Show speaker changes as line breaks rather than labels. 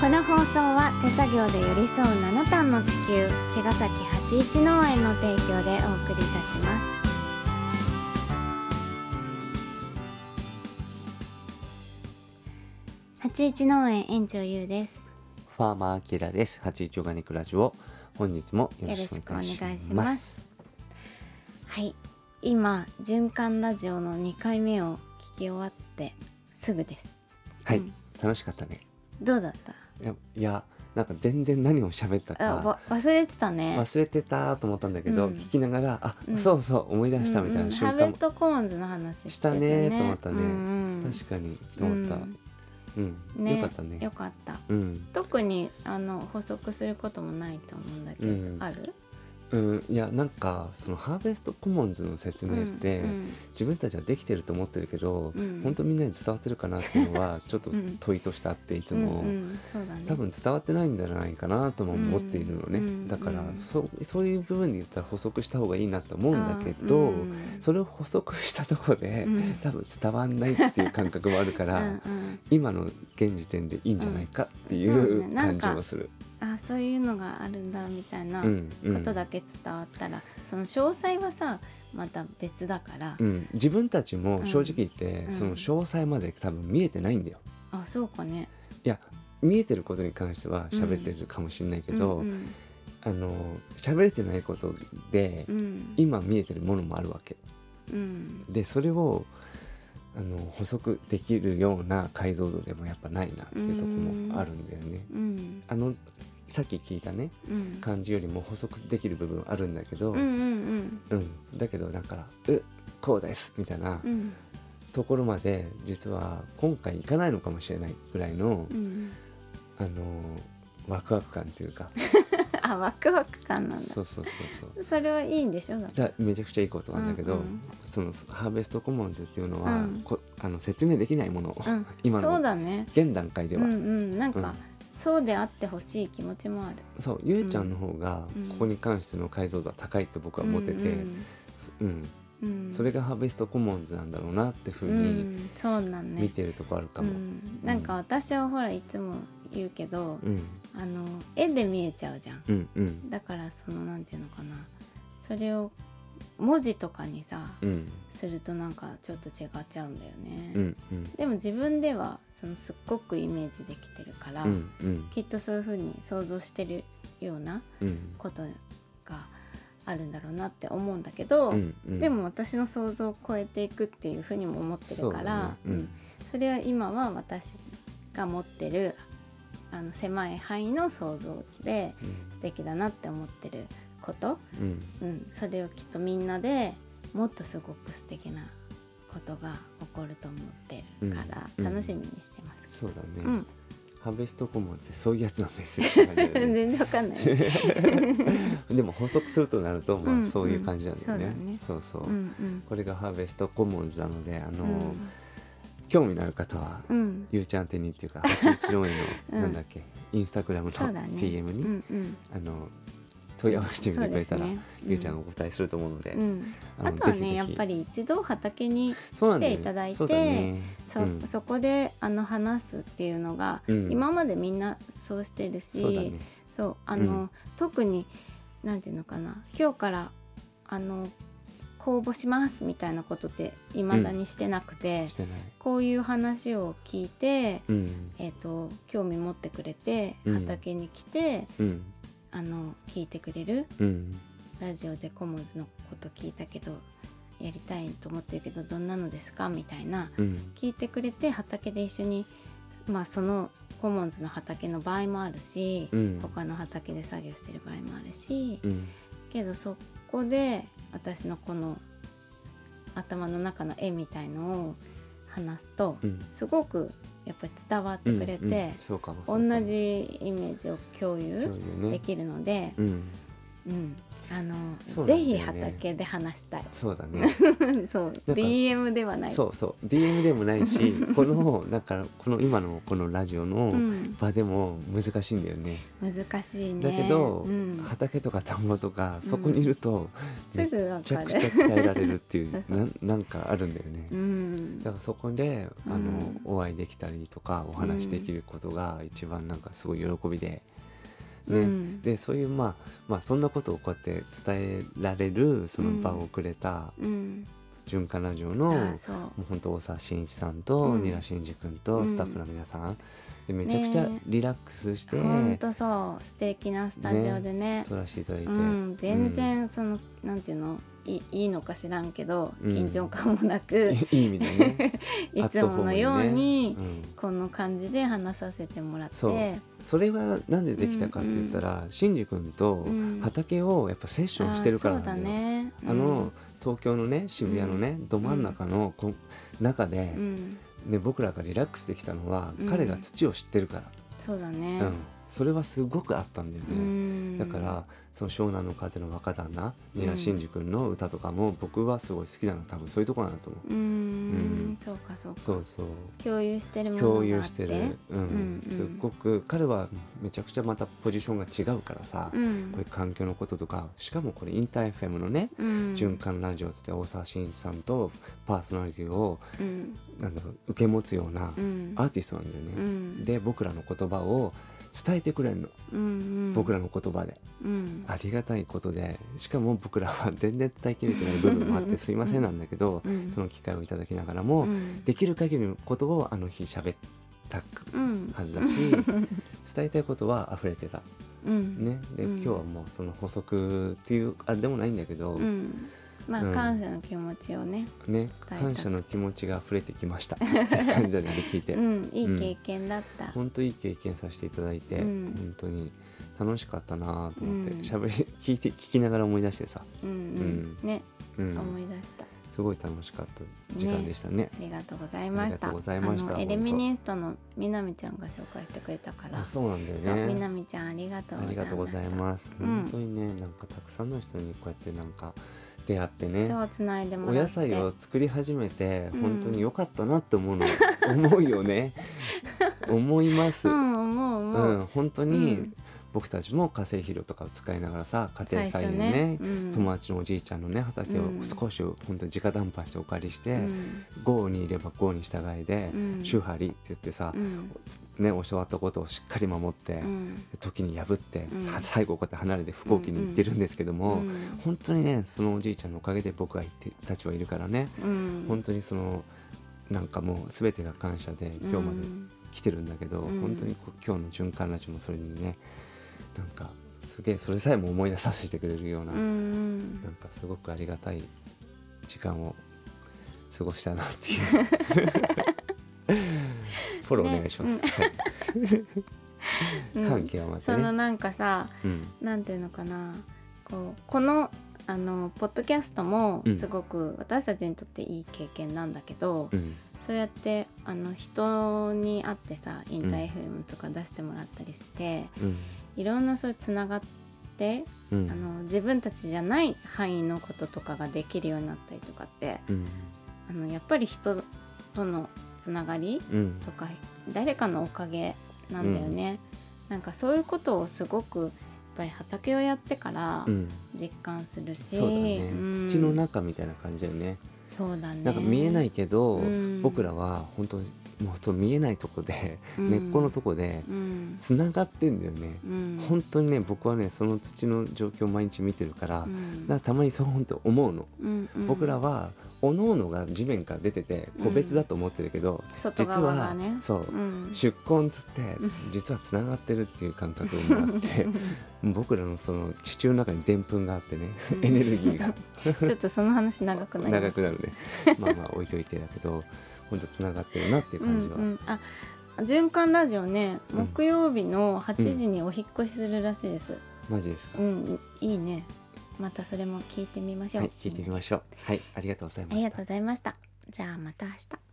この放送は手作業で寄り添う7段の地球茅ヶ崎八一農園の提供でお送りいたします八一農園園長ゆうです
ファーマーアキラです。八一オーガニックラジオ。本日もよろしくお願い
よろ
し
しくお願い
ます。
しますはい今循環ラジオの2回目を聞き終わってすぐです
はい、
うん
楽しかったね。
どうだった
いや、いやなんか全然何を喋った
あ
か
わ忘れてたね
忘れてたと思ったんだけど、
うん
聞きながら、あ、
うん
そうそう思い出したみたいな瞬
うんうんハー
間
ベ
も
ストコーンズの話
し
して
た
た
ねと思ったね。
うんうん
確かにと思った。
う
うんん、
ね
よかったね
よ。かった
うん、
特にあの補足することもないと思うんだけど、
うん
ある
うん、いやなんかそのハーベストコモンズの説明って、
うん
自分たちはできてると思ってるけど、
うん
本当みんなに伝わってるかなっていうのはちょっと
うん
問いとしてあっていつ
うん
も、
うんうんそうだね
多分伝わってないんじゃないかなとも思っているのね、
うん
だから、
うん
そうそういう部分で言ったら補足した方がいいなと思うんだけど、
あーうん
それを補足したとこで、
うん
多分伝わんないっていう感覚もあるから、
うん
今の現時点でいいんじゃないかってい
うんそう
う
ねなん
感
か
じもする。
うん、あそういうのがあるんだみたいな
う
こ
んうん
とだけ伝わったら、その詳細はさまた別だから、
うん、自分たちも正直言って、
うん
その詳細まで多分見えてないんだよ。
あそうかね
いや見えてることに関しては喋ってるかもしれないけど、
うん
あの喋れてないことで、
うん
今見えてるものもあるわけ
うん
でそれをあの補足できるような解像度でもやっぱないなっていうとこもあるんだよね。
うん
あのさっき聞いたね
うん
感じよりも補足できる部分あるんだけど、
うんうん
うんだけどだから「うこうです」みたいな
うんうん
ところまで実は今回いかないのかもしれないぐらいの、
うん
あのワクワク感というか
あワクワク感なんだ
そうそうそうそう
それはいいんでしょだって
じゃめちゃくちゃいいことなんだけど、
うんうん
そのハーベストコモンズっていうのは、
うん
こあの説明できないもの、
うん、
今
そう
の
だね
現段階では、
うんうんなんか、
うん
そうであってほしい気持ちもある
そうゆうちゃんの方が
うん
ここに関しての解像度は高いと僕は思ってて、うん
うんうん
それがハーベストコモンズなんだろうなってふ
う
うに
ん、そうなんね
見てるとこあるかも。
う
うん
ん、なんか私はほらいつも言うけど、あの絵で見えちゃうじゃん
うんうん
だからそのなんていうのかなそれを文字とかにさ
うん
するとなんかちょっと違っちゃうんだよね、
うんうん
でも自分ではそのすっごくイメージできてるから、
うんうん
きっとそういうふうに想像してるような
うん
ことがあるんだろうなって思うんだけど、でも私の想像を超えていくっていうふうにも思ってるから
そうだねうん
うんそれは今は私が持ってるあの狭い範囲の想像で素敵だなって思ってること、
うん
うん、それをきっとみんなでもっとすごく素敵なことが起こると思ってるから
うん
楽しみにしてます。
そうだね、
うん、
ハーベストコモンズってそういうやつなんですよ。
全然わかんない。
でも補足するとなると、
う
ま
ん
あ、そういう感じなんだよね。
うんそうだね
そうそう
うんうん
これがハーベストコモンズなので、あの、
うん
興味のある方は、
うん、
ゆうちゃん宛にってい うか、八一郎へ
うん
の、なんだっけ、インスタグラムと
そうだね。
T. M. に、
うんうん、
あの。問い合わせてみてくれた
そ
ら、
うですねうん
ゆうちゃんお答えすると思うので、
うん、
あ
あ
の
とは
ぜひぜ
ね
ひ
やっぱり一度畑に
そ
来
うなんだ
て
よ
いただいて
そうだね
そ,、
うん
そこであの話すっていうのが、
うん
今までみんなそうしてるし
そうだね
そうあの、
うん
特になんていうのかな今日からあの公募しますみたいなことっていまだにしてなくて、
してない。
こういう話を聞いて、
うん、
えっと興味持ってくれて
うん
畑に来て、
うん、
あの聞いてくれる
うん、
ラジオでコモンズのこと聞いたけどやりたいと思ってるけどどんなのですかみたいな
うん、
聞いてくれて畑で一緒に、まあ、そのコモンズの畑の場合もあるし、
うん
他の畑で作業してる場合もあるし、
うん、
けどそこで私のこの頭の中の絵みたいのを話すと、
うん
すごくやっぱり伝わってくれ
うんう
て
ん、そうかも。そうかも
同。じイメージを共有
そうよね
できるので、
うん。
うんあの、
そうなんだ
ぜ
よね
ひ畑で話したい
そうだね
そう
か
DM で はない
そうそう DM でもな いしこのだからこの今のこのラジオの
うん
場でも難しいんだよね、
難しいね
だけど、
うん、
畑とか田んぼとかそこにいると、
うんすぐわかる
めちゃくちゃ伝えられるってい う
そうそう
なんなんかあるんだよね、
うん
だからそこであの、
うん
お会いできたりとかお話しできることが一番なんかすごい喜びで。ね
うん
でそういう、まあ、まあそんなことをこうやって伝えられるその場をくれた
うん
純化ラジオ
あ
の、
ーそう
もう本当大沢慎一さんと
うん
ニラ慎二君
う
と
ん
スタッフの皆さん、でめちゃくちゃ
ね
リラックスして
ほんとそう素敵なスタジオでね
撮らせていただいて、
うん、全然その、なんていうのいいいのか知らんけど
うん
緊張感もな
うん
く、
いいい意味でね、
いつものよう
う
に
ん、
この感じで話させてもらっ
そう
て
それはなんでできたかって言ったら、慎二君と
うん
畑をやっぱセッションしてるからなんだよ、
あーそうだね
あの東京のね渋谷のね、ど真ん中のこ中で
うん、う、ん、
ね、僕らがリラックスできたのは、
うん
彼が土を知ってるから、
そうだ
う
ね
んそれはすごくあったんだよね。
うん
だからその湘南の風の若旦那ニラ真司君の歌とかも僕はすごい好きなの多分そういうところだと思う
うーん
うん
そうかそうか
そうそう
共有してるものがあって
共有してる、う
う
ん
んうん
すっごく彼はめちゃくちゃまたポジションが違うから
う
さ、こ
ん
ういう環境のこととかしかもこれインター FM のね、
うん
循環ラジオっつって大沢慎一さんとパーソナリティを
うん
なんだろう受け持つような
うん
アーティストなんだよね、
うん
で僕らの言葉を伝えてくれるの、
うんうん
僕らの言葉で
うん
ありがたいことでしかも僕らは全然伝えきれてない部分もあってすいませんなんだけど、
うん
その機会をいただきながらも、
うん
できる限りのことをあの日喋った
うん
は ずだし伝えたいことは溢れてた、
うん
ね、で、
うん
今日はもうその補足っていうあれでもないんだけど、
うんまあ
うん
感謝の気持ちをね
ね、
えた
感謝の気持ちが溢れてきました って感じだね聞いて。
うんいい経験だった
本当いい経験させていただいて、
うん
本当に楽しかったなと思って
うん
喋、り聞いて聞きながら思い出してさ、
うんうんね
うん、
思い出したあ
すごい楽しかった時間でしたね。
りがとうございま
ありが
し
と
た
うございました
あの
本当
エレミニストのみなみちゃんが紹介してくれたから
あ、そうなんだよ
そうみな
ね。
みちゃんありがとう
ありがとうご
ござ
ざ
い
い
ま
ます。
うん
本当にね、なんかたくさんの人にこうやってなんか出会って
す
ね
そ。うつないでも
お
ら
野
って
菜を作り始めて
うん
本当に良かったなって思うの、思う よね思います、
う
う
ん
ん
思う思う
本当
う
に
ん
僕たちも家政肥料とかを使いながらさ家庭
最
菜
初
園
ね
ね
うん
友達のおじいちゃんのね畑を
うん
少し本当に直談判してお借りして、
うん
郷にいれば郷に従いで
うん
「宗張り」って言ってさ、
うん
つね、教わったことをしっかり守って、
うん
時に破って、
うん
さ最後こうやって離れて不幸期に行ってるんですけども、
うん
本当にねそのおじいちゃんのおかげで僕がいてたちはいるからね、
うん
本当にそのなんかもう全てが感謝で今日まで来てるんだけど、
うん
本当にこう今日の循環ラジオもそれにねなんかすげえそれさえも思い出させてくれるような、
うんうん
なんかすごくありがたい時間を過ごしたなっていう フォローお願いします、
ねうん
はい、感極まって
その
ね、
なんかさ
うん
なんていうのかなこうこのあのポッドキャストも
うん
すごく私たちにとっていい経験なんだけど、
うん
そうやってあの人に会ってさインター
うん
FM とか出してもらったりして、
うん
いろんなそういうつながって、
うん
あの自分たちじゃない範囲のこととかができるようになったりとかって
うん
あのやっぱり人とのつながり
うん
とか誰かのおかげなんだよね、なんかそういうことをすごくやっぱり畑をやってから
うん
実感するし、
そうだね、
うん
土の中みたいな感じだよね
そうだね
なんか見えないけど、
うん
僕らは本当にもうそう見えないとこで、
うん
根っこのとこで
うん、
つながってんだよね、
うん
本当にね僕はねその土の状況を毎日見てるから、
うん
だからたまにそう本当思うの、
うんうん
僕らは各々が地面から出てて個別だと思ってるけど、
外
実
側
は
がね
そう、
うん
出根っつって実はつながってるっていう感覚もあって僕らのその地中の中に澱粉があってね エネルギ ーが
ちょっとその話長くなります
長くなるねまあまあ置いといてだけど本当つながってるなっていう
うん
感じは、
うん、あ循環ラジオね
うん
木曜日の8時にお引っ越しするらしいです、
マジですか、
うんいいねまたそれも聞いてみましょう、
はい聞いてみましょうはいありがとうございま
あ
し
り
た
がとうございましたじゃあまた明日